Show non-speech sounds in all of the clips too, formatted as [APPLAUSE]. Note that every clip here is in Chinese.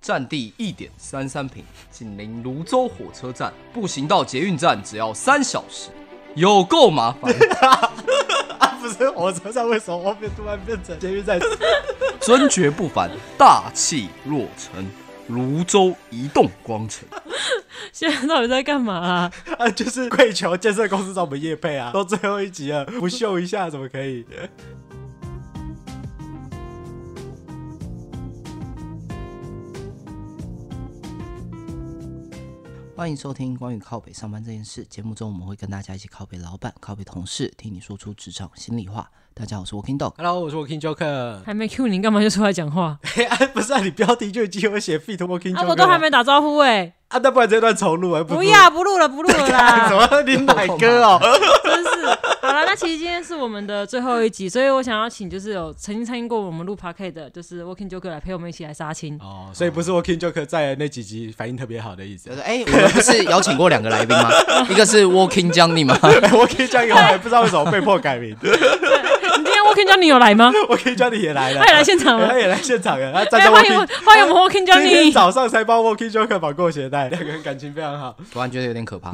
占地一点三三平，紧邻泸州火车站，步行到捷运站只要三小时，有够麻烦。啊， [LAUGHS] 不是火车站为什么后面突然变成监狱站？尊爵不凡，大器若成，泸州移动光城。现在到底在干嘛 [LAUGHS] 啊？啊，就是跪求建设公司找我们叶配啊，都最后一集了，不秀一下怎么可以？欢迎收听关于靠北上班这件事。节目中我们会跟大家一起靠北老板、靠北同事，听你说出职场心里话。大家好，我是 Working Dog。 [LAUGHS] Hello，我是 Working Joker。还没 Q 你，干嘛就出来讲话？嘿， [LAUGHS] 啊，不是啊，你标题就已经有写 Fit Working Joker，啊，了我都还没打招呼哎、啊，那不然这段重录啊？不要，不录了，不录了 [LAUGHS] 啊，怎啦，么你奶哥哦？真是。好了，那其实今天是我们的最后一集，所以我想要请就是有曾经参与过我们录 p a r k 的，就是 Working Joker 来陪我们一起来杀青。 [LAUGHS] 哦， [LAUGHS] 所以不是 Working Joker 在那几集反应特别好的意思 [LAUGHS] 就。是哎，我们不是邀请过两个来宾吗？ [LAUGHS] 一个是 Working Johnny 吗？我可以讲以后哎还不知道为什么被迫改 [LAUGHS] 名，你今天 Working Johnny 有来吗？我可以叫你也来了，他也来现场欸吗他？也来现场了，他站哎，在欢迎我 Working。欢迎我们 Working 今天 Johnny。早上才帮 Working Joker 绑过鞋带，两个人感情非常好。 [LAUGHS] 突然觉得有点可怕。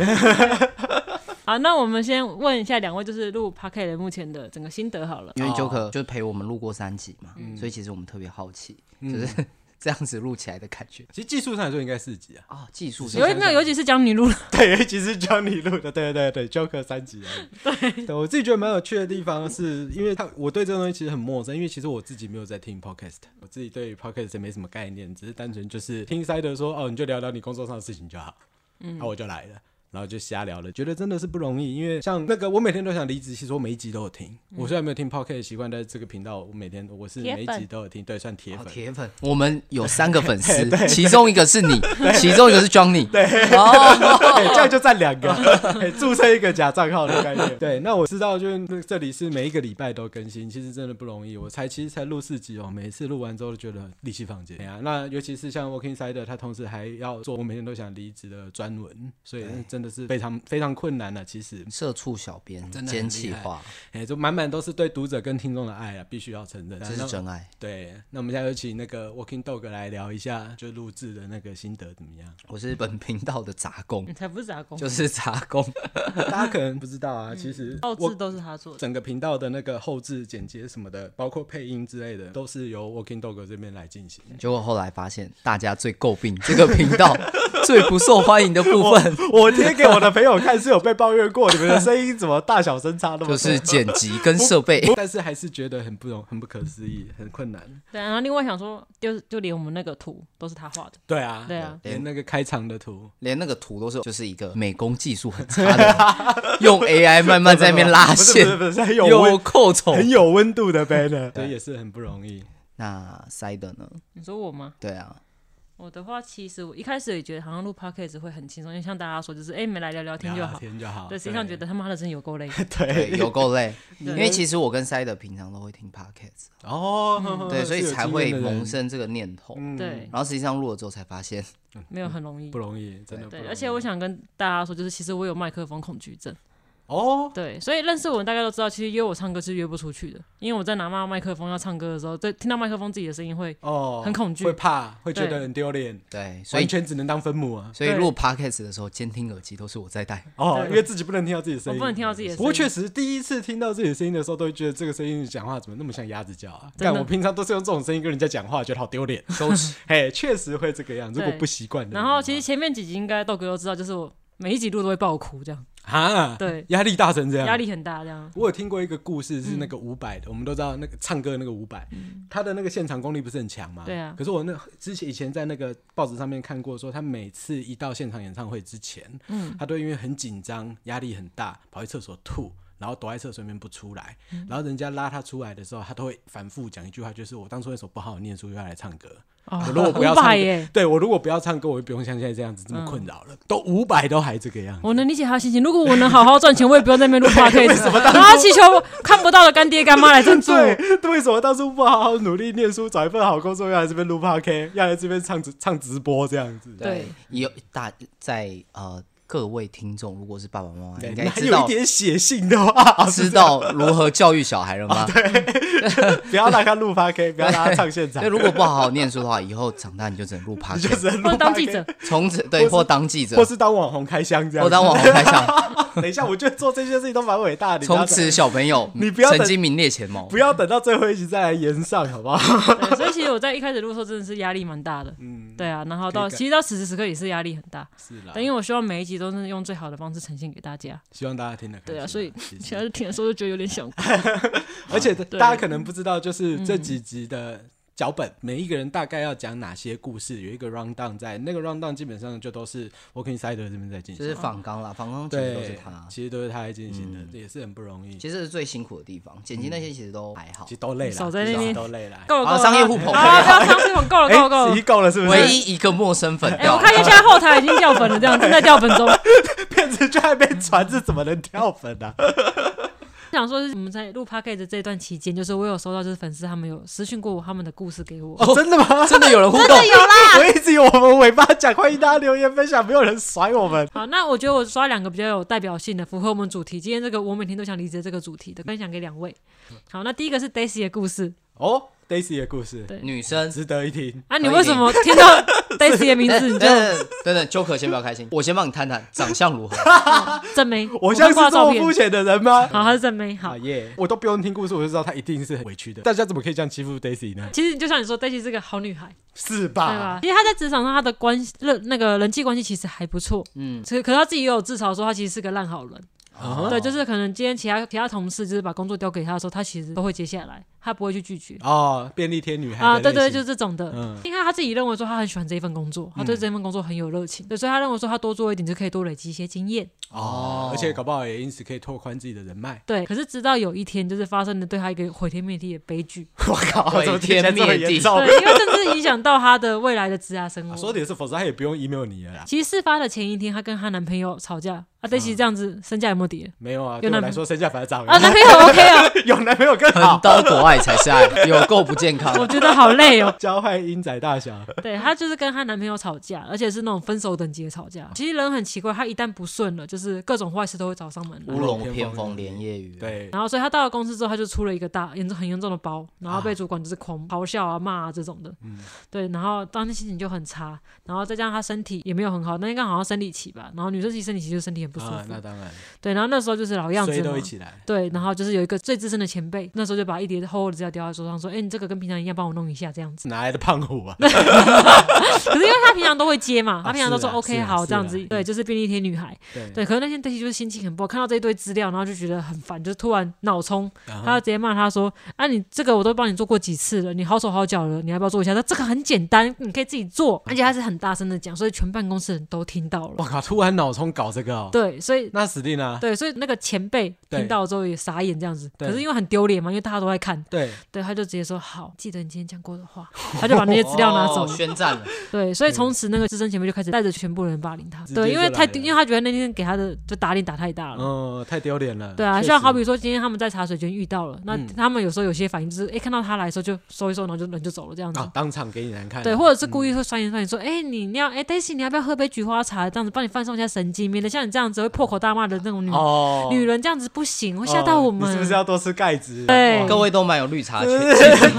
好，那我们先问一下两位，就是录 p a r k 的目前的整个心得好了。哦因为 Joker 就陪我们录过三集嘛，所以其实我们特别好奇，嗯就是 [LAUGHS] 这样子录起来的感觉其实技术上来说应该四集啊，啊、技术有上没有？尤其是讲你录了， [LAUGHS] 对，有一集是 Johnny 录的，对对对，Joker 三集而已。对，我自己觉得蛮有趣的地方是，因为他我对这个东西其实很陌生，因为其实我自己没有在听 podcast，我自己对 podcast 也没什么概念，只是单纯就是听 Side 说哦，你就聊聊你工作上的事情就好，嗯，那、我就来了。然后就瞎聊了，觉得真的是不容易，因为像那个我每天都想离职，其实我每一集都有听。我虽然没有听 p o c k e t 的习惯，但是这个频道我每天我是铁每一粉集都有听，对，算铁哦粉。铁粉，我们有三个粉丝，其中一个是你，其中一个是 Johnny。哦，对，这样就占两个， [LAUGHS] 哎注册一个假账号的概念。对，那我知道，就是这里是每一个礼拜都更新，其实真的不容易。我才其实才录四集哦，每一次录完之后都觉得力气放尽。哎呀、那尤其是像 Working Side，他同时还要做我每天都想离职的专文，所以真的是非常非常困难了、啊其实，社畜小编真的很兼厉企害划，哎、就满满都是对读者跟听众的爱啊，必须要承认。这那是真爱。对，那我们现在就请那个 Working Dog 来聊一下，就录制的那个心得怎么 [LAUGHS] 样？我是本频道的杂 [LAUGHS] 工你，才不是啊打工，就是杂工。大家可能不知道啊，其实后我置都哦是他做的。整个频道的那个后置剪接什么的，包括配音之类的，都是由 Working Dog 这边来进行。结果后来发现，大家最诟病这个频道 [LAUGHS] 最不受欢迎的部分， [LAUGHS] 我贴给我的朋友看是有被抱怨过，你们的声音怎么大小声差那么多？就是剪辑跟设备。但是还是觉得很不容、很不可思议、很困难。对啊，然后另外想说，就是就连我们那个图都是他画的。对啊，对啊连那个开场的图，连那个图都是，就是一个美工技术很差的人， [LAUGHS] 用 AI 慢慢在那边拉线不是，不是不是，很有有温、寇虫。很有温度的 banner，所以也是很不容易。那塞的呢？你说我吗？对啊，我的话，其实我一开始也觉得好像录 podcast 会很轻松，因为像大家说，就是哎，你们来聊聊天就聊好。天啊哦就好。对，实际上觉得他妈的真的有 [LAUGHS] 够累。对， [LAUGHS] 对有够累。因对为其实我跟塞德平常都会听 podcast，哦，对，所以是有才经会验的人嗯萌生这个念头。对，然后实际上录了之后才发现，没有很容易不。容易，真的不容对，易。而且我想跟大家说，就是其实我有麦克风恐惧症。哦，对，所以认识我们大概都知道，其实约我唱歌是约不出去的，因为我在拿麦克风要唱歌的时候，对，听到麦克风自己的声音会哦，很恐惧会怕，会觉对得很丢脸，对，所完以全只能当分母啊。所以对录 podcast 的时候，监听耳机都是我在戴。哦，对因为自己不能听到自己的声我音，不能听到自己的不声过音。确实，第一次听到自己的声音的时候，都会觉得这个声音讲话怎么那么像鸭子叫啊？真的但我平常都是用这种声音跟人家讲话，觉得好丢脸。羞耻。嘿，确实会这个样，如对果不习惯的人然的话。后其实前面几集应该豆哥都知道，就是我每一集录都会爆哭，这样啊，对压力大成这样，压。力很大，这样。我有听过一个故事，嗯是那个伍佰的，我们都知道那个唱歌的那个伍佰，他的那个现场功力不是很强吗？对啊可是我那之前以前在那个报纸上面看过，说他每次一到现场演唱会之前，嗯，他都因为很紧张、压力很大，跑去厕所吐。然后躲在厕所里面不出来，嗯然后人家拉他出来的时候，他都会反复讲一句话，就是我当初为什么不好好念书，又要来唱歌？哦我如果不要五百唱歌耶，对我如果不要唱歌，我就不用像现在这样子这么困扰了。都五百都还这个样子，我能理解他的心情。如果我能好好赚钱，我也不用在那边录 podcast，然后祈求看不到的干爹干妈来赞助。对，对为什么当初不好好努力念书，找一份好工作，要来这边录 p o d c a 要来这边唱直唱直播这样子？对，也有大在呃各位听众如果是爸爸妈妈，应该哪知有一啊道点血性的话， [LAUGHS] 知道如何教育小孩了吗？不要让他录 p K，不要让他唱 [LAUGHS] 现场对，，如果不好好念书的话，以后长大你就只能录 p 你 o 就 d 只能录或者 p 当记者，从此对，或当记者或，是当网红开箱这样。或当网。红开箱，等一下，我觉得做这些事情都蛮伟 [LAUGHS] 大的。你不要从此小朋友 [LAUGHS] 你不要等曾经名列前茅不。要等到最后一集再来延上，好 [LAUGHS] 不好？对，所以其实我在一开始录的时候真的是压力蛮大的，嗯，啊对啊，然后可到以改其实到此时此刻也是压力很大，是啦但因为我希望每一集都是用最好的方式呈现给大家，希望大家听得开心。对啊，所以其实其他听的时候就觉得有点想哭， [LAUGHS] 而且哦对大家可能不知道，就是这几集的脚本，每一个人大概要讲哪些故事，有一个 round down 在，那个 round down 基本上就都是 Working Side 这边在 [LAUGHS] 进就行，是仿纲啦，仿纲其实都是对他，，嗯其实都是他在进行的，也是很不容易，其实这是最辛苦的地方。剪辑那些其实都还好 [LAUGHS] 其实，都累了，少在那边其实都累 [LAUGHS] 了。够了够好了，商业互捧好了，不要商业互捧，够了够了够哎，了已。经够了是不 [LAUGHS] 唯是？一一个陌生粉哎、掉我，看一下现在后台已经掉粉了，这样正在掉粉中。骗子居然被传，这怎么能掉粉啊 [LAUGHS] 呢？想说是我们在录 p o d c a s t 这段期间，就是我有收到就是粉丝他们有私讯过我他们的故事给我，哦真的吗？真的有人互动，我一直以为我们尾巴讲，欢迎大家留言分享，没有人甩我们。好，那我觉得我刷两个比较有代表性的，符合我们主题。今天这个我每天都想离职这个主题的，分享给两位。好，那第一个是 Daisy 的故事哦，Daisy 的故事对女生。值得一听。啊，你可以为什么听到 Daisy 的名字 [LAUGHS] 你就等呃等等，Joker 先不要开心，我先帮你探探长相如何。正妹？我像看是挂这照么片肤，浅的人吗？好，她是正妹。好啊，耶！我都不用听故事，我就知道他一定是很委屈的。大家怎么可以这样欺负 Daisy 呢？其实就像你说，Daisy 是个好女孩，是对吧吧？？其实她在职场上她的关系，那那个人际关系其实还不错。嗯，可可她自己也有自嘲说，她其实是个烂好人。啊对，就是可能今天其他其他同事就是把工作丢给他的时候，他其实都会接下来，他不会去拒绝哦，便利贴女孩 [LAUGHS] 啊，的对类型对，就是这种的。嗯，因为他自己认为说他很喜欢这一份工作，他对这份工作很有热情，对，所以他认为说他多做一点就可以多累积一些经验，哦，而且搞不好也因此可以拓宽自己的人脉。对。可是直到有一天，就是发生了对他一个毁天灭地的悲剧， [LAUGHS] 我靠，毁怎么听起来这么天灭地严重？对，因为甚至影响到他的未来的职涯生哦啊活。说的也是，否则他也不用 email 你了啦。其实事发的前一天，她跟她男朋友吵架，嗯啊，但其实这样子身价有没有跌？没有啊，有对我男来说身价反而涨啊，男朋友 OK 啊， [LAUGHS] 有 [LAUGHS] 男朋友更横 [LAUGHS] 好。刀夺爱才是爱，有够不健康。 [LAUGHS] 我觉得好累哦。交换英仔大 [LAUGHS] 小，对她就是跟她男朋友吵架，而且是那种分手等级的吵架。其实人很奇怪，她一旦不顺了，就是各种坏事都会找上门来乌。龙偏逢连夜雨，，对，然后，所以她到了公司之后，她就出了一个大严重很严重的包，然后啊被主管就是狂咆哮啊、骂啊这种的。嗯对，然后当天心情就很差，然后再加上她身体也没有很好，那应该好像生理期吧。然后女生其实生理期就是身体很不舒服。啊，那当然，对，然后那时候就是老样子谁嘛都一。起来。对，然后就是有一个最资深的前辈，那时候就把一叠厚厚的资料丢到桌上，说：“哎、你这个跟平常一样，帮我弄一下这样子。哪来的胖虎 [LAUGHS] 啊？”可是因为她平常都会接嘛，她平常都说是啊 OK 是啊好是这样啊子。嗯对，就是便利贴女孩。对，对，可是那天 Daisy 就是心情很不好，看到这一堆资料，然后就觉得很烦，就是突然脑冲，然他就直接骂他说：“啊，你这个我都帮你做过几次了，你好手好脚了，你要不要做一下？他这个很简单，你可以自己做。”嗯而且他是很大声的讲，所以全办公室人都听到我了。靠，突然脑冲搞这个哦，对，所以 [LAUGHS] 那死定了。对，所以那个前辈对听到之后也傻眼这样子，对可是因为很丢脸嘛，因为大家都在看，对，对，他就直接说：“好，记得你今天讲过 [LAUGHS] 的话。”他就把那些资料拿走哦了。宣战了。对，所以从此那个资深前辈就开始带着全部人霸凌他。直接对，因为就太来了因为他觉得那天给他的就打脸打太大了。嗯，太丢脸了。对啊，确像好实比说今天他们在茶水间遇到了，那嗯他们有时候有些反应就是，哎、看到他来的时候就收一收，然后就人就走了这样子。啊，嗯当场给你难看。对，或者是故意说酸言酸语，说，哎、你你要，哎、d a i s y 你要不要喝杯菊花茶，这样子帮你放松一下神经，免得像你这样子会破口大骂的那种女、哦，女人，这样子不行，会哦吓到我们。你是不是要多吃钙质？对哇各位都蛮有绿 [LAUGHS] 茶圈，啊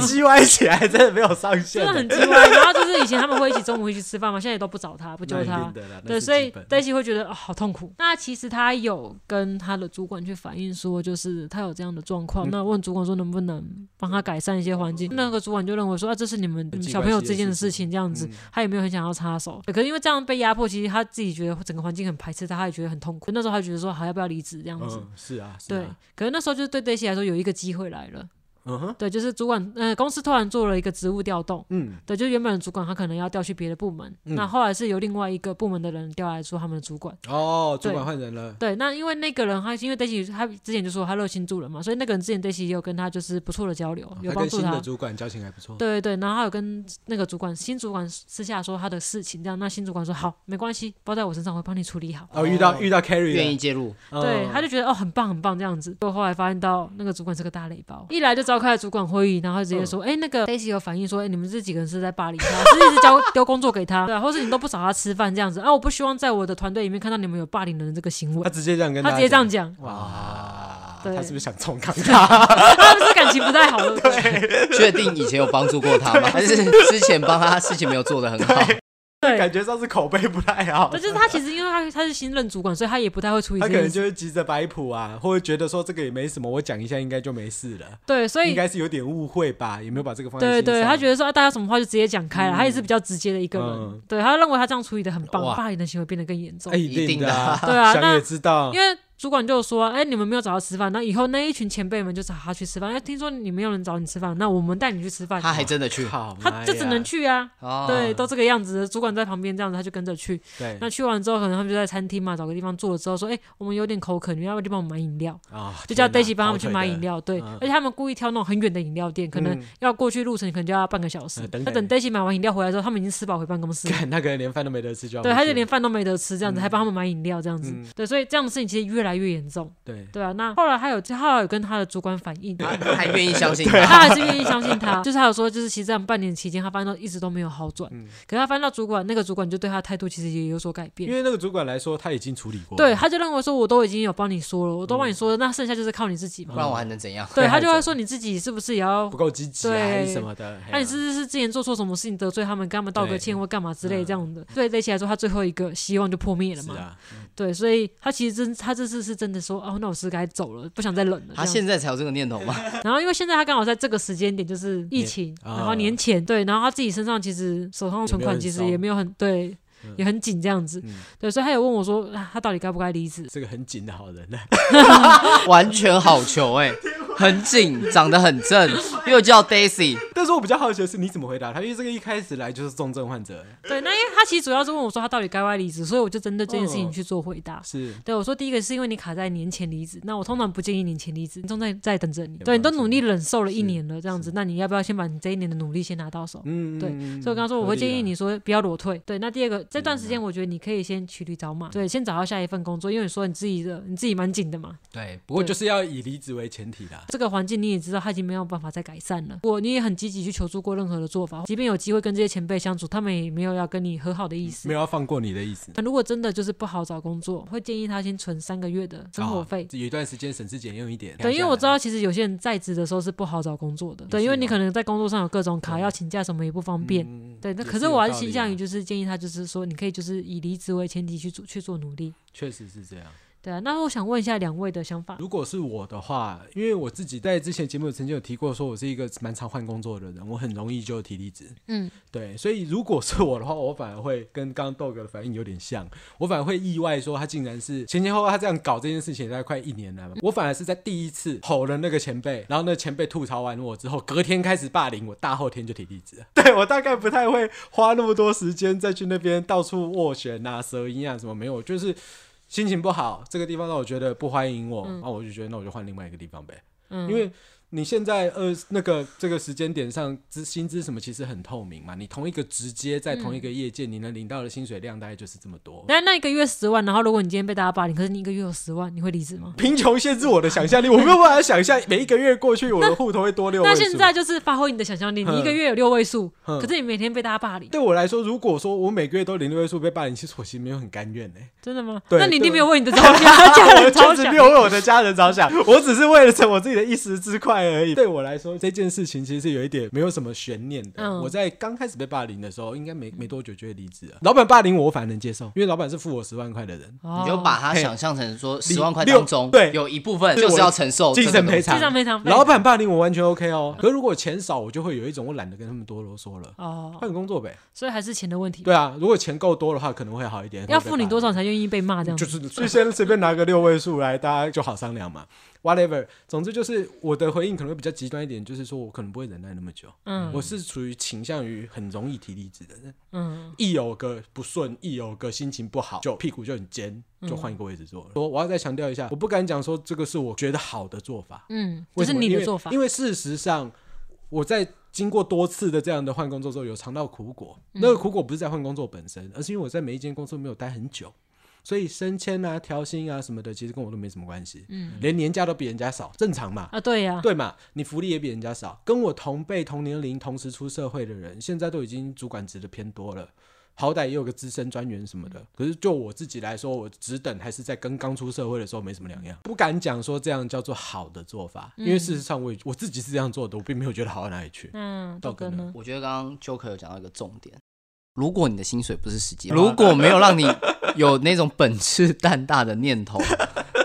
叽歪起来真的没有上限真的很奇 [LAUGHS] 怪。然后就是以前他们会一起中午一起吃饭嘛，现在也都不找他，不揪那一他定。的啦那对，是所以基本 Daisy 会觉得、哦、好痛苦。那其实他有跟他的主管去反映说，就是他有这样的状嗯况，那问主管说能不能帮他改善一些环境。那个主管就认为说，啊，这是你们你们小朋友之间的事情，这样子，嗯他也没有很想要插手。对可是因为这样被压迫，其实他自己觉得整个环境很排斥他，他也觉得很痛苦。那时候他觉得说，还要不要离职这样子？嗯，是啊，是对啊，，可是那时候就是对 Daisy 来说有一个机会来了，嗯哼，对，就是主管，呃，公司突然做了一个职务调动，嗯，对，就原本的主管他可能要调去别的部门，嗯那后来是由另外一个部门的人调来做他们的主管。哦，主对管换人了，对，那因为那个人他因为 Daisy 他之前就说他热心助人嘛，所以那个人之前 Daisy 也有跟他就是不错的交流，有哦他帮跟助新他的。主管交情还不错。对对对，然后还有跟那个主管新主管私下说他的事情，这样那新主管说好没关系，包在我身上，我会帮你处理好。哦，遇到遇到 Carry 愿意介入，对，就他哦就觉得哦很棒很棒这样子，结果后来发现到那个主管是个大雷包，一来就找召开了主管会议，然后直接嗯说，哎、那个 Daisy 有反映说，哎、你们这几个人是在霸凌他，是一直交丢工作 [LAUGHS] 给他，对啊，或是你都不找他吃饭这样子啊，我不希望在我的团队里面看到你们有霸凌人的这个行他为，直接这样跟他大直家接这 [LAUGHS] 样讲，哇，对啊他是不是想重康啊他？他们是感情不太好的，[LAUGHS] 对确定以前有帮助过他啊吗？还是之前帮他事情没有做得很好？感对，觉上次口碑不太好但。就是他其实因为他他是新任主管，所以他也不太会处理他这可能件事，就是急着摆谱啊，或者觉得说这个也没什么，我讲一下应该就没事了，对，所应以该是有点误会吧，也没有把这个放在对心对，上他觉得说、啊、大家有什么话就直接讲开了，他也是比较直接的一个人，嗯对他认为他这样处理的很棒，哇霸凌的行为变得更严重，哎一一定定的的啊，对啊想那也知道，因为主管就说：“哎、你们没有找他吃饭，那以后那一群前辈们就找他去吃饭。哎，听说你没有人找你吃饭，那我们带你去吃饭。”他还真的去，好哎妈呀，他就只能去啊，哦对，都这个样子。主管在旁边这样子，他就跟着去。对那去完之后，可能他们就在餐厅嘛，找个地方坐了之后，说：“哎、我们有点口渴，你们要不要去帮我们买饮料？”啊，就叫天哪 Daisy 帮他们去跑腿买的 [LAUGHS] 饮料，对，嗯而且他们故意挑那种很远的饮料店，可能嗯要过去路程可能就要半个小时嗯。等那等等 Daisy 买完饮料回来之后，他们已经吃饱回办公室了。干，他可能连饭都没得吃，就要对，回他去就连饭都没得吃，这样子、还帮他们买饮料，这样子、嗯对，所以这样的事情其实越来越严重。对对啊，那后来他有他有跟他的主管反映，他还愿意相信 [LAUGHS] 啊他他。还是愿意相信他，就是他有说，就是其实这样半年期间，他翻到一直都没有好转，嗯可是他翻到主管，那个主管就对他态度其实也有所改因变。为那个主管来说，他已经处理过，对，，他就认为说，我都已经有帮你说了，我都帮你说了，那剩下就是靠你自己不嘛。然我还能怎样？嗯对被害他者就会说，你自己是不是也要不？够积极啊还是对什么的，那、嘿你啊是不是之前做错什么事情得罪他们，跟他们道个对歉或干嘛之类嗯这样的？对 Daisy 来说，他最后一个希望就破灭了是嘛。啊，对，所以他其实真他这次是真的说，哦，那我是该走了，不想再忍了。这他样子现在才有这个念头吗？然后因为现在他刚好在这个时间点，就是疫情，啊然后年前对，然后他自己身上其实手上的存款其实也没有很对，也很紧这样子，嗯对，所以他也问我说，啊他到底该不该离职？这个很紧的好人呢， [LAUGHS] 完全好球哎、很紧，长得很正，又叫 Daisy，但是我比较好奇的是，你怎么回答他？因为这个一开始来就是重症患者，对，那因为他其实主要是问我说他到底该不该离职，所以我就针对这件事情去做回答。是对，我说第一个是因为你卡在年前离职，那我通常不建议年前离职，你正在在等着你，有对你都关系努力忍受了一年了，这样是子，那你要不要先把你这一年的努力先拿到手？嗯，对嗯所以我跟他说，我会建议，嗯你说不要裸退。对，那第二个这段时天间，我觉得你可以先骑驴找马，对，先找到下一份工作，因为你说你自己的你自己蛮紧的嘛，对，啊合理啦不过就是要以离职为前提啦，这个环境你也知道他已经没有办法再改善了。我你也很积极去求助过任何的做法，即便有机会跟这些前辈相处，他们也没有要跟你和好的意思没。有要放过你的意思。那如果真的就是不好找工作，会建议他先存三个月的生活费哦。有一段时间省吃俭用一点。对，因为我知道，其实有些人在职的时候是不好找工作的。对，因为你可能在工作上有各种卡，要请假什么也不方便。哦嗯对，那也可是是有我还道是理倾向啊于就是建议他，就是说你可以就是以离职为前提去做去做努力。确实是这样。对啊，那我想问一下两位的想法。如果是我的话，因为我自己在之前节目曾经有提过，说我是一个蛮常换工作的人，我很容易就提离职。嗯，对，所以如果是我的话，我反而会跟刚刚豆哥的反应有点像，我反而会意外说他竟然是前前后后他这样搞这件事情，大概快一年了吧。我反而是在第一次吼了那个前辈，然后那个前辈吐槽完我之后，隔天开始霸凌我，大后天就提离职了。 [LAUGHS] 对我大概不太会花那么多时间再去那边到处斡旋啊、舌音啊什么没有，就是。心情不好，这个地方让我觉得不欢迎我，那、我就觉得那我就换另外一个地方呗。嗯因为你现在呃那个这个时间点上资薪资什么其实很透明嘛，你同一个直接在嗯同一个业界，你能领到的薪水量大概就是这么多。那那一个月十万，然后如果你今天被大家霸凌，可是你一个月有十万，你会离职吗？贫穷限制我的想象力，我没有办法想象每一个月过去我的户头会多六位 [LAUGHS] 那数现在就是发挥你的想象力，嗯你一个月有六位数，嗯可是你每天被大家霸凌，对我来说，如果说我每个月都零六位数被霸凌，其实我其实没有很甘愿呢、欸真的吗？对那你一对定没有 [LAUGHS] 为你的着想，家我人着确实想没。有为我的家人着想，我只是为了成我自己的一时之快而已。对我来说，这件事情其实是有一点没有什么悬念的。嗯我在刚开始被霸凌的时候，应该没没多久就会离职了。老板霸凌我，我反而能接受，因为老板是付我十万块的人，你你就把他想象成说十万块哦六当中，对有一部分就是要承受精神赔非偿。常非常非常老板霸凌我完全 OK 哦，可如果钱少，我就会有一种我懒得跟他们多啰嗦了，哦，换工作呗。所以还是钱的问题。对啊，如果钱够多的话，可能会好一点。要会被付霸你凌多少才愿意被骂这样就子？是就先随便拿个六位数来，大家就好商量嘛。Whatever，总之就是我的回应可能会比较极端一点，就是说我可能不会忍耐那么久。嗯我是属于倾向于很容易提离职的人，嗯，一有个不顺，一有个心情不好，就屁股就很尖，嗯就换一个位置坐了。说我要再强调一下，我不敢讲说这个是我觉得好的做法，嗯，这为是什么你因的为做法因。为事实上，我在经过多次的这样的换工作嗯之后，有尝到苦果。那个苦果不是在换工作本身，而是因为我在每一间公司没有待很久。所以升迁啊、调薪啊什么的，其实跟我都没什么关系，嗯连年假都比人家少，正常嘛。啊，对呀、对嘛？你福利也比人家少，跟我同辈同年龄同时出社会的人，现在都已经主管职的偏多了，好歹也有个资深专员什么的。可是就我自己来说，我职等还是在跟刚出社会的时候没什么两样，不敢讲说这样叫做好的做法，因为事实上我也我自己是这样做的，我并没有觉得好到哪里去。嗯，豆豆哥哥呢呢？我觉得刚刚 Joker 有讲到一个重点，如果你的薪水不是实际，如果没有让你 [LAUGHS] 有那种本质蛋大的念头，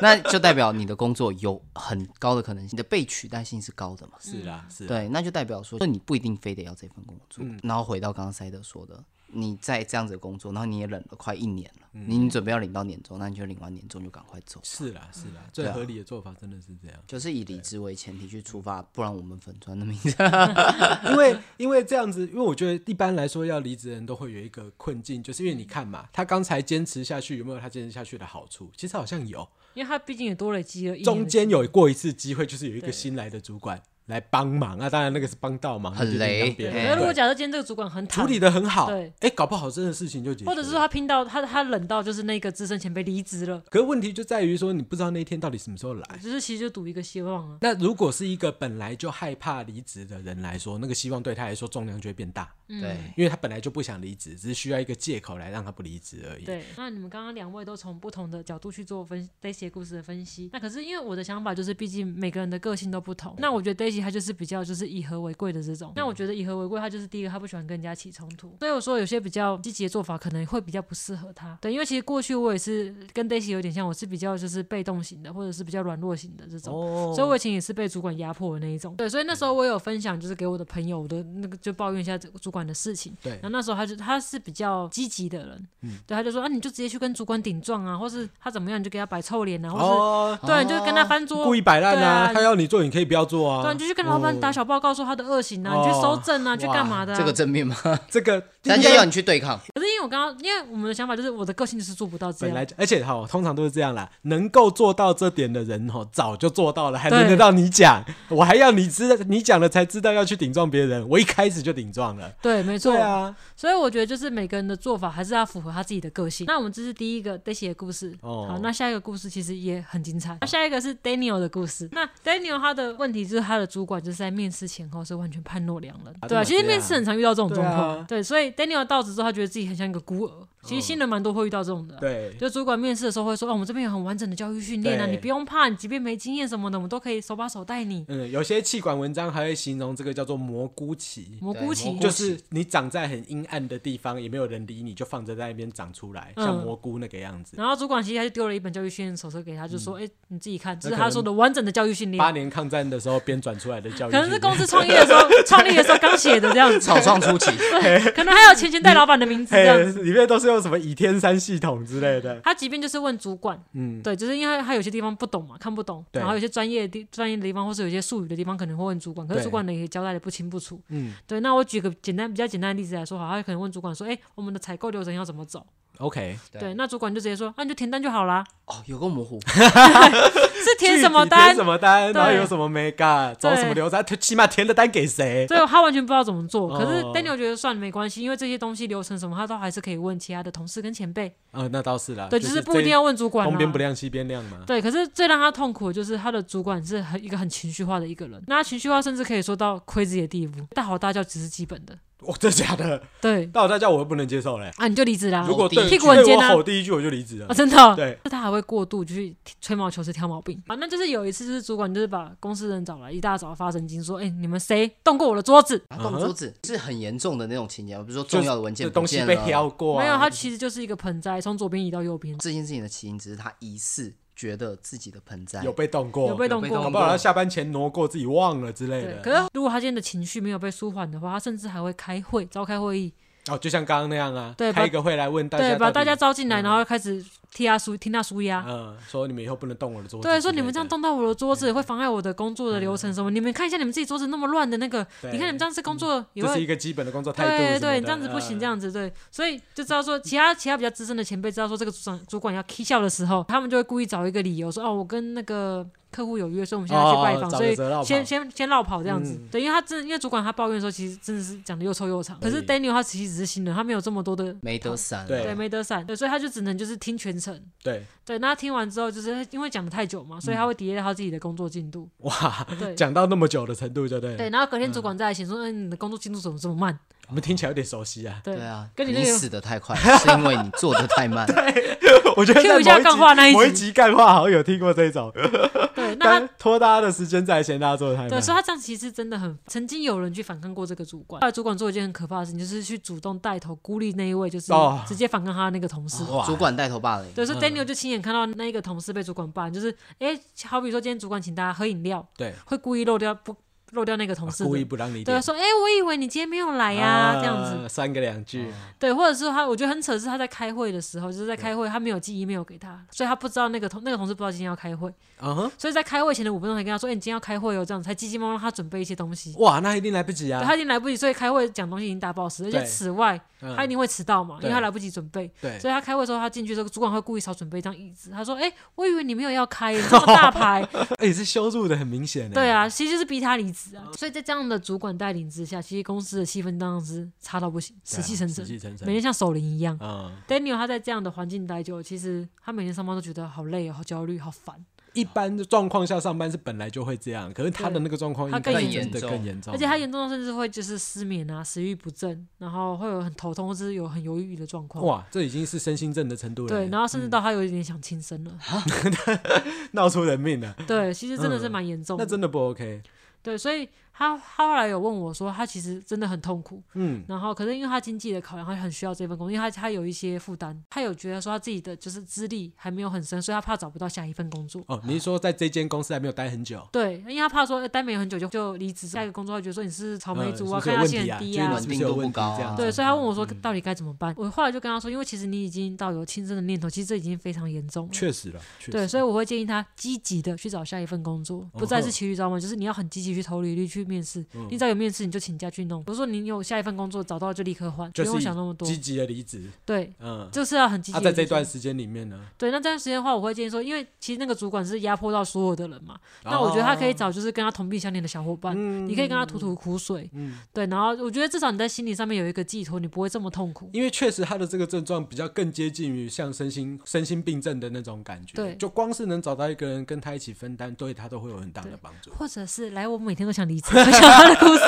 那就代表你的工作有很高的可能性，你的被取代性是高的嘛？是啦，是啦，对，那就代表说，就你不一定非得要这份工作。嗯然后回到刚刚塞德说的，你在这样子的工作，然后你也忍了快一年了，你你准备要领到年终，那你就领完年终就赶快走。嗯是啦，是啦，最对啊合理的做法真的是这样。就是以离职为前提去出发，不然我们粉砖的名字 [LAUGHS] 因为因为这样子，因为我觉得一般来说要离职的人都会有一个困境，就是因为你嗯看嘛，他刚才坚持下去有没有他坚持下去的好处？其实好像有，因为他毕竟也多累积了一年的中间有过一次机会，就是有一个对新来的主管来帮忙啊，当然那个是帮倒忙，很就是雷让别对。人哎可是如果对假设今天这个主管很处坦，理的很好，对哎，搞不好真的事情就解决了，或者是说他拼到他他冷到就是那个资深前辈离职了，可是问题就在于说，你不知道那一天到底什么时候来。就是其实就赌一个希望啊。那如果是一个本来就害怕离职的人来说，那个希望对他来说重量就会变大，对。因为他本来就不想离职，只是需要一个借口来让他不离职而已。对，那你们刚刚两位都从不同的角度去做分 Daisy 故事的分析。那可是因为我的想法就是，毕竟每个人的个性都不同。那我觉得 Daisy 她就是比较就是以和为贵的这种。那我觉得以和为贵，她就是第一个，她不喜欢跟人家起冲突。所以我说有些比较积极的做法可能会比较不适合她。对，因为其实过去我也是跟 Daisy 有点像，我是比较就是被动型的，或者是比较软弱型的这种。哦所以我以前也是被主管压迫的那一种。对，所以那时候我有分享，就是给我的朋友，我的那个就抱怨一下这个主管的事情。对嗯然后那时候他就他是比较积极的人，对，他就说啊，你就直接去跟主管顶撞啊，或是他怎么样，你就给他摆臭脸啊，或是、哦，对，你就跟他翻桌，故意摆烂对啊，啊他要你做，你可以不要做对，啊你。就去跟老板打小报告说他的恶行啊，你去哦收证啊，去干嘛的、啊？这个正面吗？这个人家要你去对抗，可是因为我刚刚，因为我们的想法就是我的个性就是做不到这本来样。就，而且哈，通常都是这样啦。能够做到这点的人哈，早就做到了，还对轮得到你讲？我还要你知道，你讲了才知道要去顶撞别人。我一开始就顶撞了。对，没错。对啊，所以我觉得就是每个人的做法还是要符合他自己的个性。那我们这是第一个 Daisy 的故事，哦好，那下一个故事其实也很精彩。那下一个是 Daniel 的故事。那 Daniel 他的问题就是他的主管就是在面试前后是完全判若两人，啊对怎啊，么其实这样面试很常遇到这种状况，对啊对，所以 Daniel 到职之后，他觉得自己很像一个孤儿。其实新人蛮多会遇到这种的啊、嗯对，就主管面试的时候会说，哦，我们这边有很完整的教育训练啊，对你不用怕，你即便没经验什么的，我们都可以手把手带你。嗯，有些气管文章还会形容这个叫做蘑菇期。蘑菇对期蘑菇就期是你长在很阴暗的地方，也没有人理你，就放着在那边长出来，像嗯蘑菇那个样子。然后主管其实他就丢了一本教育训练手册给他，就说：“哎、你自己看，这嗯那是可能他说的完整的教育训练。八年抗战的时候编转出来的教育训可练，能是公司创业 [LAUGHS] 的时候，创立的时候刚写的这样子，草创初期，对，可能还有前前代老板的名字这样嘿子。哎里面都是用什么倚天三系统之类的。他即便就是问主管，嗯，对，就是因为他有些地方不懂嘛，看不懂，对然后有些专业的地专业的地方，或是有些术语的地方，可能会问主管，可是对主管呢也交代的不清不楚。嗯对，那我举个简单比较简单的例子来说，好，他可能问主管说，哎、我们的采购流程要怎么走？ ，OK，对对，那主管就直接说，啊，你就填单就 [LAUGHS] 好啦，哦，有个模糊，是具填体什么单填？什么单，对然后有什么 mega，走什么流程，起码填的单给谁？对，他完全不知道怎么做。可是哦 Daniel 觉得算了没关系，因为这些东西流程什么，他都还是可以问其他的同事跟前辈。呃，那倒是啦，对，就就是不一定要问主管、东边啊不。亮西边亮嘛。对，可是最让他痛苦的就是他的主管是很一个很情绪化的一个人，那他情绪化甚至可以说到 crazy 的地步，大吼大叫只是基本的。哦，真假的？对那我大家我又不能接受嘞。啊，你就离职啦如果对第一屁句股很对尖我啊吼第一句我就离职了啊，。真的。对，那他还会过度就去吹毛求疵、挑毛病啊。那就是有一次，就是主管就是把公司人找来，一大早发神经说：“哎、你们谁动过我的桌子？”然后动桌子是很严重的那种情节，比如说嗯就重要的文件这东不西见被了，挑过啊，没有，他其实就是一个盆栽，从左边移到右边。这件事情的起因只是他疑似觉得自己的盆栽有被动过，有被动被过搞动不过好他下班前挪过，自己忘了之类对，的。可是如果他今天的情绪没有被舒缓的话，他甚至还会开会，召开会议，哦，就像刚刚那样啊，对把开一个会来问大家到对，底，把大家招进来，然后开始替他舒听他舒压。嗯，说你们以后不能动我的桌子之类对，的。说你们这样动到我的桌嗯子，会妨碍我的工作的流程什么？你们看一下你们自己桌子那么乱的那个，对嗯你看你们这样子工作也这是一会，个基本的工作态度什么对的。对，你这样子不行，嗯这样子对，所以就知道说其他其他比较资深的前辈知道说这个主管主管要 k 笑的时候，他们就会故意找一个理由说哦，我跟那个客户有约，所以我们现在去拜访，哦哦哦所以找个折绕跑先先先绕跑这样子。嗯对，因为他真的，因为主管他抱怨的时候，其实真的是讲的又臭又长。可是可 Daniel 他其实只是新人，他没有这么多的没得删。对对没得散，对，所以他就只能就是听全程。对，对，那他听完之后，就是因为讲的太久嘛，所以他会 delay 到他自己的工作进度。嗯哇，对讲到那么久的程度，对不对？对，然后隔天主管再来写说，嗯，你的工作进度怎么这么慢？我们听起来有点熟悉啊。对对啊，跟你你那个死的太快，是因为你做的太 [LAUGHS] 慢。 [LAUGHS] 我觉得在 Q 一下某干话那一某一集集干话好像有听过这一种，对，那他但拖大家的时间在嫌大家啊做的太对，慢所。以他这样其实真的很，曾经有人去反抗过这个主管，后来主管做一件很可怕的事情，就是去主动带头孤立那一位，就是哦直接反抗他那个同事。哇主管带头霸凌，对，所以 Daniel 就亲眼看到那一个同事被主管办，就是哎、诶好比说今天主管请大家喝饮料，对，会故意漏掉不漏掉那个同事的，啊故意不让你对，点啊说哎、诶我以为你今天没有来呀、啊这样子，，三个两句，对，或者是他，我觉得很扯的是他在开会的时候，就是在开会，他没有寄 email 给他，所以他不知道那个同那个同事不知道今天要开会，嗯哼，所以在开会前的五分钟才跟他说，哎、你今天要开会哦，这样子才急急忙忙让他准备一些东西。哇，那一定来不及对啊他。已经来不及，所以开会讲东西已经打爆时，而且对此外嗯他一定会迟到嘛，因为对他来不及准备，对所以他开会的时候他进去的时候，主管会故意少准备一张椅子，他说：“哎、我以为你没有 [LAUGHS] 要开，你这么大牌。哎，是羞辱的很明显欸”的。对，啊，其实就是逼他离职嗯啊。所以在这样的主管带领之下，其实公司的气氛当然是差到不行，死气沉沉啊死，气沉每天沉。像守灵一样。嗯， Daniel 他在这样的环境待久了，其实他每天上班都觉得好累哦，好焦虑，好烦。一般的状况下上班是本来就会这样，可是他的那个状况应该他是真更的严重更严重，而且他严重到甚至会就是失眠啊、食欲不振，然后会有很头痛，或者是有很犹豫的状况。哇，这已经是身心症的程度了，哦对，然后嗯甚至到他有一点想轻 [LAUGHS] 生了。闹出人命了，对，其实真的是蛮严重嗯那的。真的不 OK。对，所以他他后来有问我说，他其实真的很痛苦。嗯，然后，可是因为他经济的考量，他很需要这份工作，因为他他有一些负担，他有觉得说他自己的就是资历还没有很深，所以他怕找不到下一份工作。哦，你是说在这间公司还没有待很久，对，因为他怕说呃待没有很久就就离职，下一个工作他觉得说你是草莓族嗯啊，是看不他是有问薪题很啊，低就是啊你，是不是有问题这样子对，所以他问我说嗯到底该怎么办。我后来就跟他说，因为其实你已经到有轻生的念头，其实这已经非常严重了。确实了，确实对，所以我会建议他积极的去找下一份工作，不再哦是骑驴找马，就是你要很积极去投履历、去面试。嗯你只要有面试，你就请假去弄。不是说你有下一份工作找到就立刻换，就不用是想那么多积。极的离职，对，嗯，就是要很积他极。在这段时间里面呢，对，那这段时间的话，我会建议说，因为其实那个主管是压迫到所有的人嘛，那我觉得他可以哦，找就是跟他同病相怜的小伙伴，嗯你可以跟他吐吐苦水，嗯对，然后我觉得至少你在心理上面有一个寄托，你不会这么痛苦。因为确实他的这个症状比较更接近于像身心身心病症的那种感觉，对就光是能找到一个人跟他一起分担，对他都会有很大的帮助。或者是来，我每天都想 [LAUGHS] 离职，分享他的故事，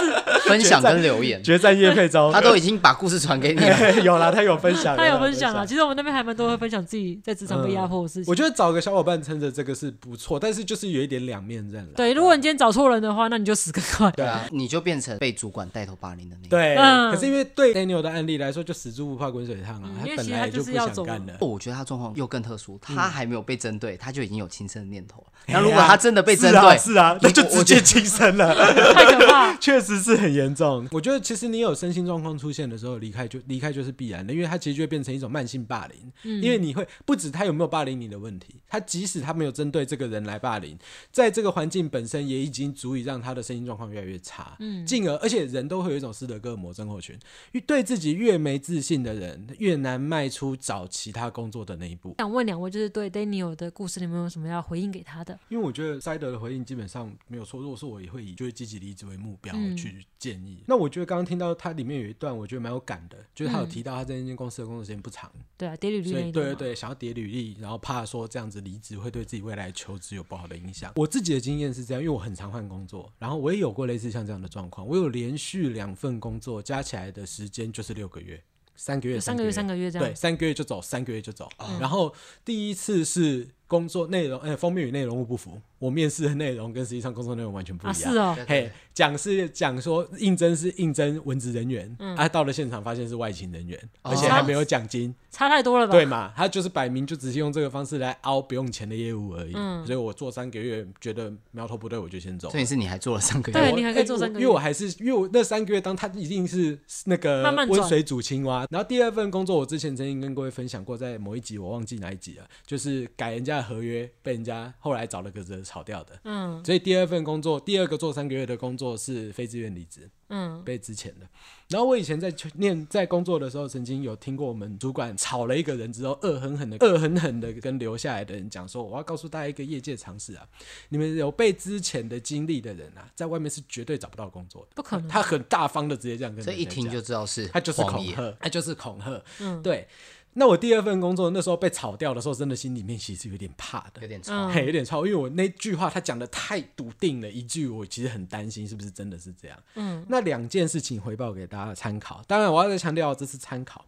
分享跟留言，决战叶配招他都已经把故事传给 [LAUGHS] 你了。有啦，他有分享，他有分享 [LAUGHS] 啊。。其实我们那边还蛮多会分享自己在职场被压迫的事情。呃我觉得找个小伙伴撑着这个是不错，但是就是有一点两面刃了。对，如果你今天找错人的话，那你就死更快。对啊，你就变成被主管带头霸凌的那个。对，嗯可是因为对 Daniel 的案例来说，就死猪不怕滚水烫啊嗯，因为本其实他来就是不要想走干了了。哦，我觉得他状况又更特殊，嗯他还没有被针对，他就已经有轻生的念头了。那如果他真的被针对，哎是啊，那就直接轻生了， [LAUGHS] 太可怕。 [LAUGHS] 确实是很严重。我觉得其实你有身心状况出现的时候，离开就离开就是必然的，因为它其实就会变成一种慢性霸凌，嗯因为你会不止他有没有霸凌你的问题，他即使他没有针对这个人来霸凌，在这个环境本身也已经足以让他的身心状况越来越差，嗯进而而且人都会有一种斯德哥尔摩症候群，越对自己越没自信的人，越难迈出找其他工作的那一步。想问两位，就是对 Daniel 的故事，你们有什么要回应给他的？因为我觉得塞德的回应基本上没有错，如果是我也会以就是积极离职为目标嗯去建议。那我觉得刚刚听到他里面有一段，我觉得蛮有感的，就是他嗯有提到他在那间公司的工作时间不长，对啊，Daily 所以对对对，对，想要叠履历，然后怕说这样子离职会对自己未来求职有不好的影响。我自己的经验是这样，因为我很常换工作，然后我也有过类似像这样的状况，我有连续两份工作加起来的时间就是六个月，三个月，有三个月，三个月这对，样。三个月就走，三个月就走。然后第一次是工作内容，哎、封面与内容物不符，我面试的内容跟实际上工作内容完全不一啊，样。是哦，嘿，讲是讲说应征是应征文职人员，嗯啊，到了现场发现是外勤人员，而且还没有奖金，差太多了吧？对嘛？他就是摆明就只是用这个方式来凹不用钱的业务而已。嗯所以我做三个月觉得苗头不对，我就先走重。点是你还做了三个对啊月，我你还可以做三个月因为我还是因为我那三个月当他一定是那个慢慢转温水煮青蛙。然后第二份工作，我之前曾经跟各位分享过，在某一集我忘记哪一集了，就是改人家的合约被人家后来找了个人炒掉的。嗯所以第二份工作，第二个做三个月的工作是非自愿离职，嗯，被之前的。然后我以前在去念在工作的时候，曾经有听过我们主管炒了一个人之后，恶狠狠的、恶狠狠的跟留下来的人讲说：“我要告诉大家一个业界常识啊，你们有被之前的经历的人啊，在外面是绝对找不到工作的。不可”能。他很大方的直接这样跟这人家一讲，听就知道是他就是谎恐言，吓，他就是恐吓。嗯，对，那我第二份工作那时候被炒掉的时候，真的心里面其实有点怕的有。点吵。嗯嘿，有点超，因为我那句话他讲的太笃定了，一句我其实很担心是不是真的是这样。嗯，那两件事情回报给大家参考，当然我要再强调这是参考。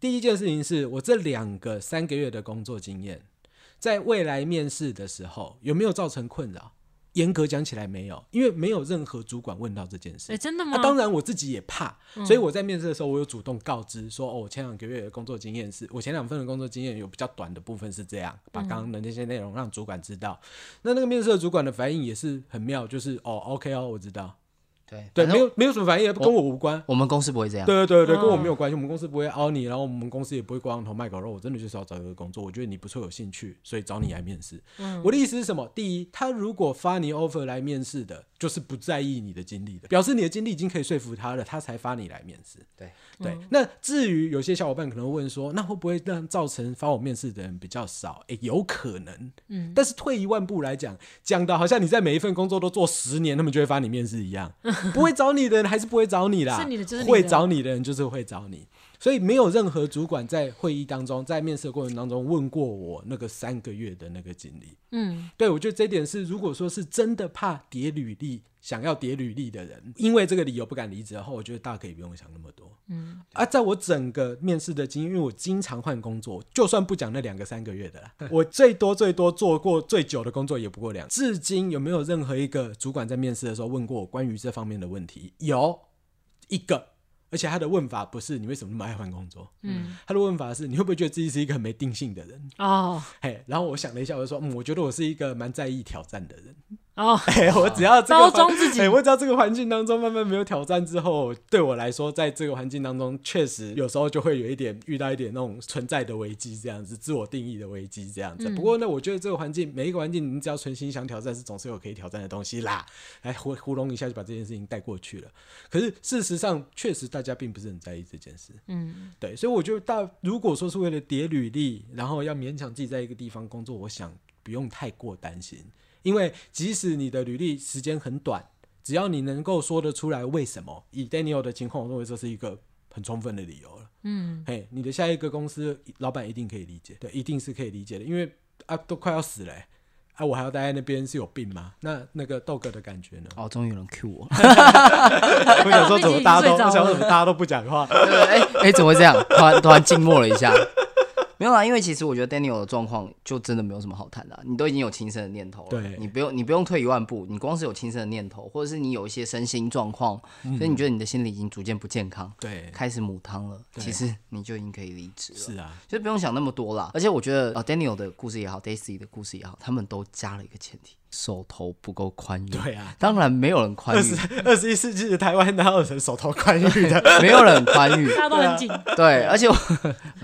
第一件事情是我这两个三个月的工作经验，在未来面试的时候有没有造成困扰？严格讲起来没有，因为没有任何主管问到这件事哎，。真的那、吗？啊当然，我自己也怕，所以我在面试的时候，我有主动告知说，哦，我前两个月的工作经验是，我前两份的工作经验有比较短的部分是这样，把刚刚的那些内容让主管知道。那那个面试的主管的反应也是很妙，就是哦，OK 哦，我知道，对对，反正没有没有什么反应，跟我无关。我们公司不会这样。对对对对，嗯跟我没有关系，我们公司不会凹你，然后我们公司也不会挂羊头卖狗肉。我真的就是要找一个工作，我觉得你不错，有兴趣，所以找你来面试。嗯我的意思是什么？第一，他如果发你 offer 来面试的，就是不在意你的经历的，表示你的经历已经可以说服他了，他才发你来面试。对？对，嗯那至于有些小伙伴可能会问说，那会不会让造成发我面试的人比较少？诶，有可能。嗯，但是退一万步来讲，讲的好像你在每一份工作都做十年，他们就会发你面试一 [LAUGHS] 样。不会找你的人还是不会找你啦，是你的就是你的会找你的人就是会找你。所以没有任何主管在会议当中，在面试的过程当中问过我那个三个月的那个经历。嗯对，我觉得这一点是，如果说是真的怕叠履历，想要叠履历的人，因为这个理由不敢离职的话，我觉得大家可以不用想那么多。嗯，啊，在我整个面试的经验，因为我经常换工作，就算不讲那两个三个月的啦，我最多最多做过最久的工作也不过两。至今有没有任何一个主管在面试的时候问过我关于这方面的问题？有一个，而且他的问法不是你为什么那么爱换工作，嗯，他的问法是你会不会觉得自己是一个很没定性的人？哦嘿，然后我想了一下，我就说，嗯，我觉得我是一个蛮在意挑战的人。 [LAUGHS] 哦，嘿，我只要这个包环装自己嘿我只要这个环境当中慢慢没有挑战之后，对我来说，在这个环境当中，确实有时候就会有一点遇到一点那种存在的危机，这样子，自我定义的危机，这样子。不过呢，我觉得这个环境，每一个环境，你只要存心想挑战，是总是有可以挑战的东西啦。来糊糊弄一下就把这件事情带过去了。可是事实上，确实大家并不是很在意这件事。嗯对，所以我觉得大，如果说是为了叠履历，然后要勉强自己在一个地方工作，我想不用太过担心，因为即使你的履历时间很短，只要你能够说得出来为什么，以 Daniel 的情况，我认为这是一个很充分的理由了。嗯，嘿，你的下一个公司老板一定可以理解，对，一定是可以理解的，因为啊都快要死了、欸，啊我还要待在那边是有病吗？那那个豆哥的感觉呢哦，终于有人 cue 我了。我想说怎么大家都，毕竟已经睡着我想说了怎么大家都不讲话？ [LAUGHS] 对对哎哎，怎么会这样？突然突然静默了一下。 [LAUGHS] 没有啦，因为其实我觉得 Daniel 的状况就真的没有什么好谈的啊、你都已经有轻生的念头了，对你不用你不用退一万步，你光是有轻生的念头，或者是你有一些身心状况，所以你觉得你的心理已经逐渐不健康，对，开始母汤了，对其实你就已经可以离职了。是啊，就不用想那么多啦。而且我觉得，呃，Daniel 的故事也好，Daisy 的故事也好，他们都加了一个前提：手头不够宽裕。对啊。当然没有人宽 [LAUGHS] 二裕十，二十一世纪的台湾哪有人手头宽裕的？没有人宽裕。大家都很紧，啊对，而 [LAUGHS] 且我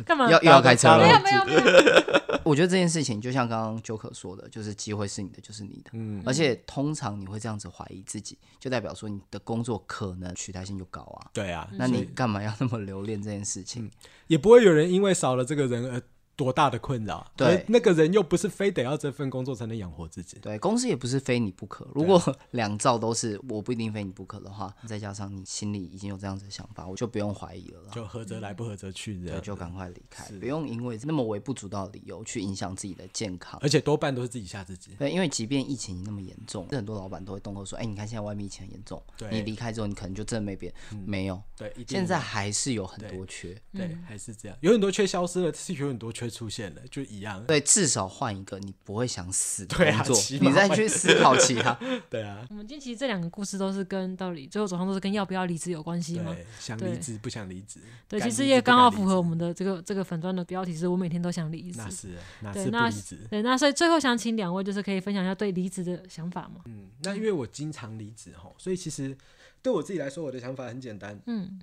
干嘛？要又要开车没了有。没有没有，我觉得这件事情就像刚刚 Joker 说的，就是机会是你的，就是你的。嗯而且通常你会这样子怀疑自己，就代表说你的工作可能取代性就高啊。 [LAUGHS] 对啊， [LAUGHS] 那你干嘛要那么留恋这件事嗯情？也不会有人因为少了这个人而多大的困扰。对而那个人又不是非得要这份工作才能养活自己。对，公司也不是非你不可。啊如果 [LAUGHS] 两兆都是我不一定非你不可的话，再加上你心里已经有这样子的想法，我就不用怀疑了啦。就啊合则来，不合则去这对，样。就赶快离开，不用因为那么微不足道的理由去影响自己的健康。而且多半都是自己吓自己。对，因为即便疫情那么严重，很多老板都会动口说：“哎、你看现在外面疫情很严重，对你离开之后，你可能就真的没别没有。对，一定现在还是有很多缺，嗯对还是这样，有很多缺消失了，是有很多缺出现了，就一样。对，至少换一个你不会想死的对工啊作，起码你再去思考其他。 [LAUGHS] [LAUGHS] 对啊，我们今天其实这两个故事都是跟到底最后走向都是跟要不要离职有关系吗？对，想对离职不想离职，对，敢其离实职也不刚敢好离符合职我们的这个这个粉砖的标题是“我每天都想离职那是啊那对是不那离是职”。。对，那所以最后想请两位就是可以分享一下对离职的想法嘛？嗯，那因为我经常离职吼，所以其实对我自己来说，我的想法很简单，嗯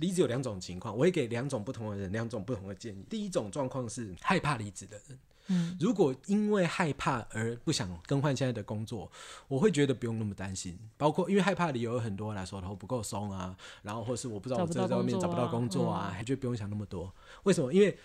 离职有两种情况，我会给两种不同的人两种不同的建议。第一种状况是害怕离职的人，嗯，如果因为害怕而不想更换现在的工作，我会觉得不用那么担心。包括因为害怕的理由有很多啦，手头不够松啊，然后或是我不知道我这在外面找找不不到到工工作作啊啊，还觉得不用想那么多。为什么？因为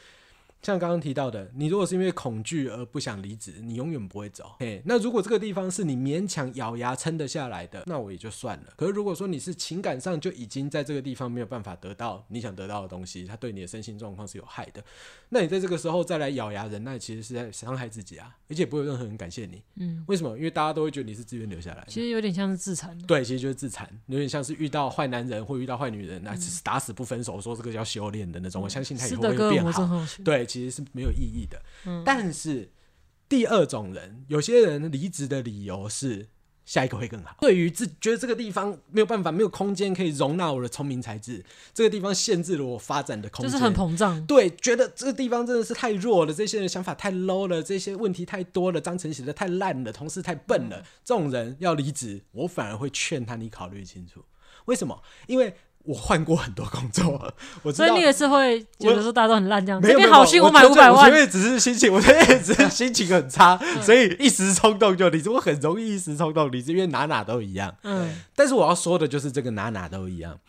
像刚刚提到的，你如果是因为恐惧而不想离职，你永远不会走。嘿，那如果这个地方是你勉强咬牙撑得下来的，那我也就算了。可是如果说你是情感上就已经在这个地方没有办法得到你想得到的东西，它对你的身心状况是有害的，那你在这个时候再来咬牙忍耐，其实是在伤害自己啊，而且不会有任何人感谢你。嗯，为什么？因为大家都会觉得你是自愿留下来的。其实有点像是自残。对，其实就是自残，有点像是遇到坏男人或遇到坏女人，那、只是打死不分手，说这个叫修炼的那种。我相信他以斯后德哥会尔变摩症好。候群，对，其实是没有意义的。嗯但是第二种人，有些人离职的理由是下一个会更好。对于自觉得这个地方没有办法，没有空间可以容纳我的聪明才智，这个地方限制了我发展的空就间，是很膨胀。对，觉得这个地方真的是太弱了，这些人想法太 low 了，这些问题太多了，章程写的太烂了，同事太笨嗯了，这种人要离职，我反而会劝他你考虑清楚。为什么？因为我换过很多工作，我知所以道你。也是会觉得说大家都很烂这样，没这有边好没心有我买五纯粹百万嗯我，纯粹只是心情，我 [LAUGHS] 纯粹只是心情很 [LAUGHS] 差，所以一时冲动就离职。我很容易一时冲动离职，因为哪哪都一样。嗯，但是我要说的就是这个哪哪都一样。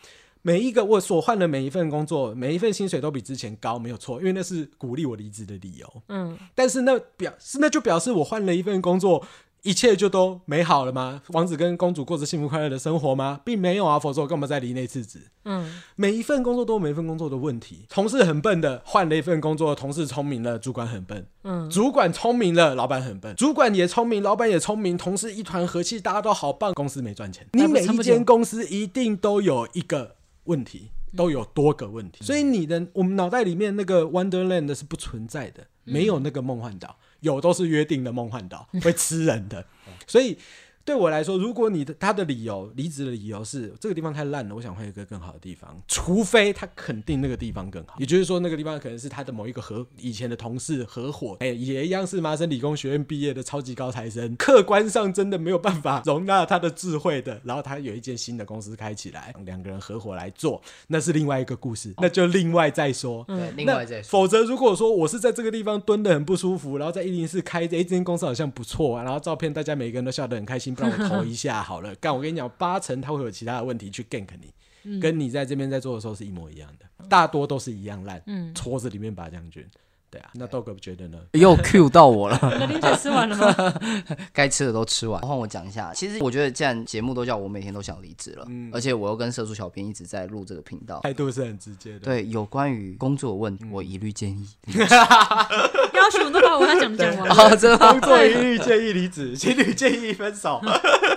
每一个我所换的每一份工作，每一份薪水都比之前高，没有错，因为那是鼓励我离职的理由。嗯，但是那表是那就表示我换了一份工作，一切就都美好了吗？王子跟公主过着幸福快乐的生活吗？并没有啊，否则我干嘛再离那次职？嗯，每一份工作都有每一份工作的问题。同事很笨的换了一份工作，同事聪明了，主管很笨；嗯，主管聪明了，老板很笨；主管也聪明，老板也聪明，同事一团和气，大家都好棒，公司没赚钱。还你不每撑一不间久公司一定都有一个问题，嗯都有多个问题，所以你的我们脑袋里面那个 Wonderland 是不存在的，嗯没有那个梦幻岛，有都是约定的梦幻 [LAUGHS] 岛，会吃人的，所以。对我来说，如果你的他的理由离职的理由是这个地方太烂了，我想换一个更好的地方，除非他肯定那个地方更好，也就是说那个地方可能是他的某一个合以前的同事合伙，哎、也一样是麻省理工学院毕业的超级高材生，客观上真的没有办法容纳他的智慧的，然后他有一间新的公司开起来，两个人合伙来做，那是另外一个故事，那就另外再说。 [LAUGHS] 对，另那外再说，否则，如果说我是在这个地方蹲的很不舒服，然后在一零四开，哎、这间公司好像不错啊，然后照片大家每个人都笑得很开心，不然我投一下好 [LAUGHS] 了。干，我跟你讲，八成他会有其他的问题去 gank 嗯你，跟你在这边在做的时候是一模一样的，大多都是一样烂，嗯戳子里面拔将军。对啊，那豆哥觉得呢？又 Q 到我了。你的零嘴吃完 [LAUGHS] 了吗？该吃的都吃完。换我讲一下，其实我觉得，既然节目都叫我每天都想离职了，而且我又跟社畜小编一直在录这个频道，态度是很直接的。对有关于工作的问题，我一律建议。要求我都把我要讲的讲完了， [LAUGHS] 啊，真的吗工作一 [LAUGHS] 律建议离职，情侣建议分手，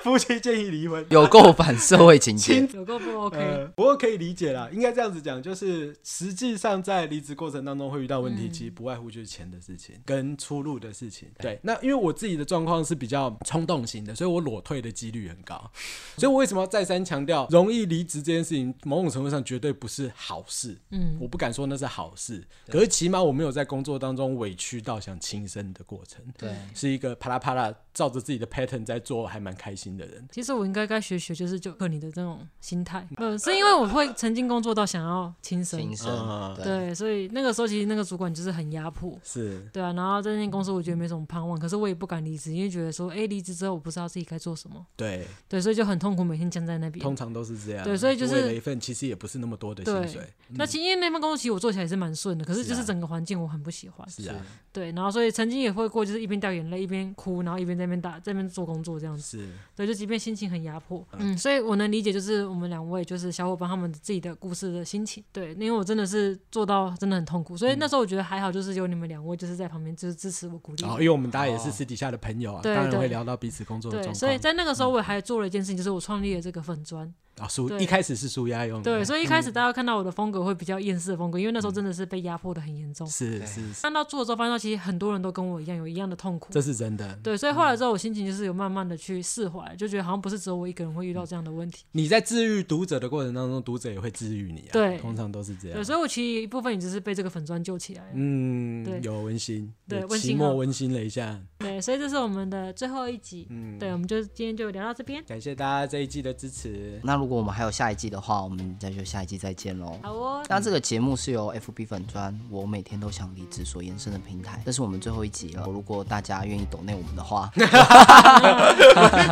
夫妻建议离婚。有够反社会情节亲。 [LAUGHS] 有够不 OK？呃，不过可以理解啦，应该这样子讲，就是实际上在离职过程当中会遇到问题，其实不外乎就是钱的事情跟出路的事情。对，那因为我自己的状况是比较冲动型的，所以我裸退的几率很高。所以我为什么要再三强调，容易离职这件事情，某种程度上绝对不是好事。嗯，我不敢说那是好事，可是起码我没有在工作当中委屈到想轻生的过程。对，是一个啪啦啪啦照着自己的 pattern 在做，还蛮开心的人。其实我应该该学学，就是就克你的这种心态，嗯不是因为我会曾经工作到想要轻生轻，生嗯，对，对，所以那个时候其实那个主管就是很压迫。是，对啊，然后在那间公司我觉得没什么盼望，可是我也不敢离职，因为觉得说，哎，离职之后我不知道自己该做什么，对。对，所以就很痛苦，每天僵在那边。通常都是这样。对所以就是为了一份其实也不是那么多的薪水，嗯那其实因为那份工作其实我做起来也是蛮顺的，可是就是是啊整个环境我很不喜欢。是啊，对，然后所以曾经也会过，就是一边掉眼泪一边哭，然后一边在那边打在那边做工作这样子。是对，就即便心情很压迫，嗯，所以我能理解，就是我们两位就是小伙伴他们自己的故事的心情。对，因为我真的是做到真的很痛苦，所以嗯那时候我觉得还好，就是有你们两位就是在旁边就是支持我鼓励然后、哦我。因为我们大家也是私底下的朋友啊，对当然哦对会聊到彼此工作的对，状所以况。嗯在那个时候，我还做了一件事情，就是我创立了这个粉砖。啊，舒对一开始是舒压用的，对，所以一嗯开始大家看到我的风格会比较厌世的风格，因为那时候真的是被压迫的很严重。是对是是，看到做的时候，发现到其实很多人都跟我一样有一样的痛苦。这是真的。嗯对，所以后来之后，我心情就是有慢慢的去释怀，就觉得好像不是只有我一个人会遇到这样的问题。你在治愈读者的过程当中，读者也会治愈你啊，对通常都是这对，样。所以我其实一部分也只是被这个粉砖救起来。嗯嗯对，有温馨，对有温馨期末哦温馨了一下，对，所以这是我们的最后一集。嗯，对，我们就今天就聊到这边。感谢大家这一季的支 [LAUGHS] 持，那如果我们还有下一季的话，我们再就下一季再见喽。好哦，那这个节目是由 FB 粉砖我每天都想离职所延伸的平台，这是我们最后一集了。如果大家愿意抖内我们的话，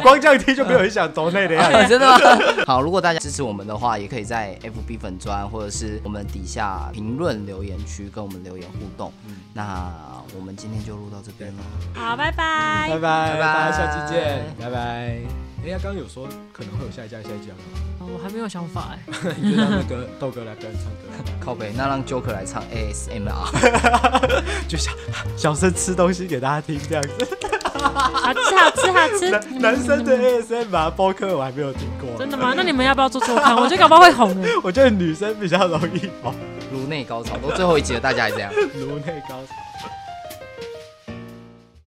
光这样听就没有很想走内的样 [LAUGHS] 子。真的吗？好，如果大家支持我们的话，也可以在 FB 粉砖或者是我们底下评论留言区跟我们留言互动。那我们今天就录到这边了，好，拜拜嗯拜。拜，拜大家下期见，拜拜。哎，他刚刚有说可能会有下一家，下一家，哦我还没有想法哎。 [LAUGHS] 你就让那个豆哥来跟唱歌，靠北，那让 Joker 来唱 ASMR。 [LAUGHS] 就小小声吃东西给大家听这样子。 [LAUGHS] 好吃好吃好吃，嗯男男生的 ASMR 播客我还没有听过，真的吗？那你们要不要做做看？我觉得搞不好会红欸的。我觉得女生比较容易哦，颅内高潮，都最后一集了，大家还这样。颅内高潮。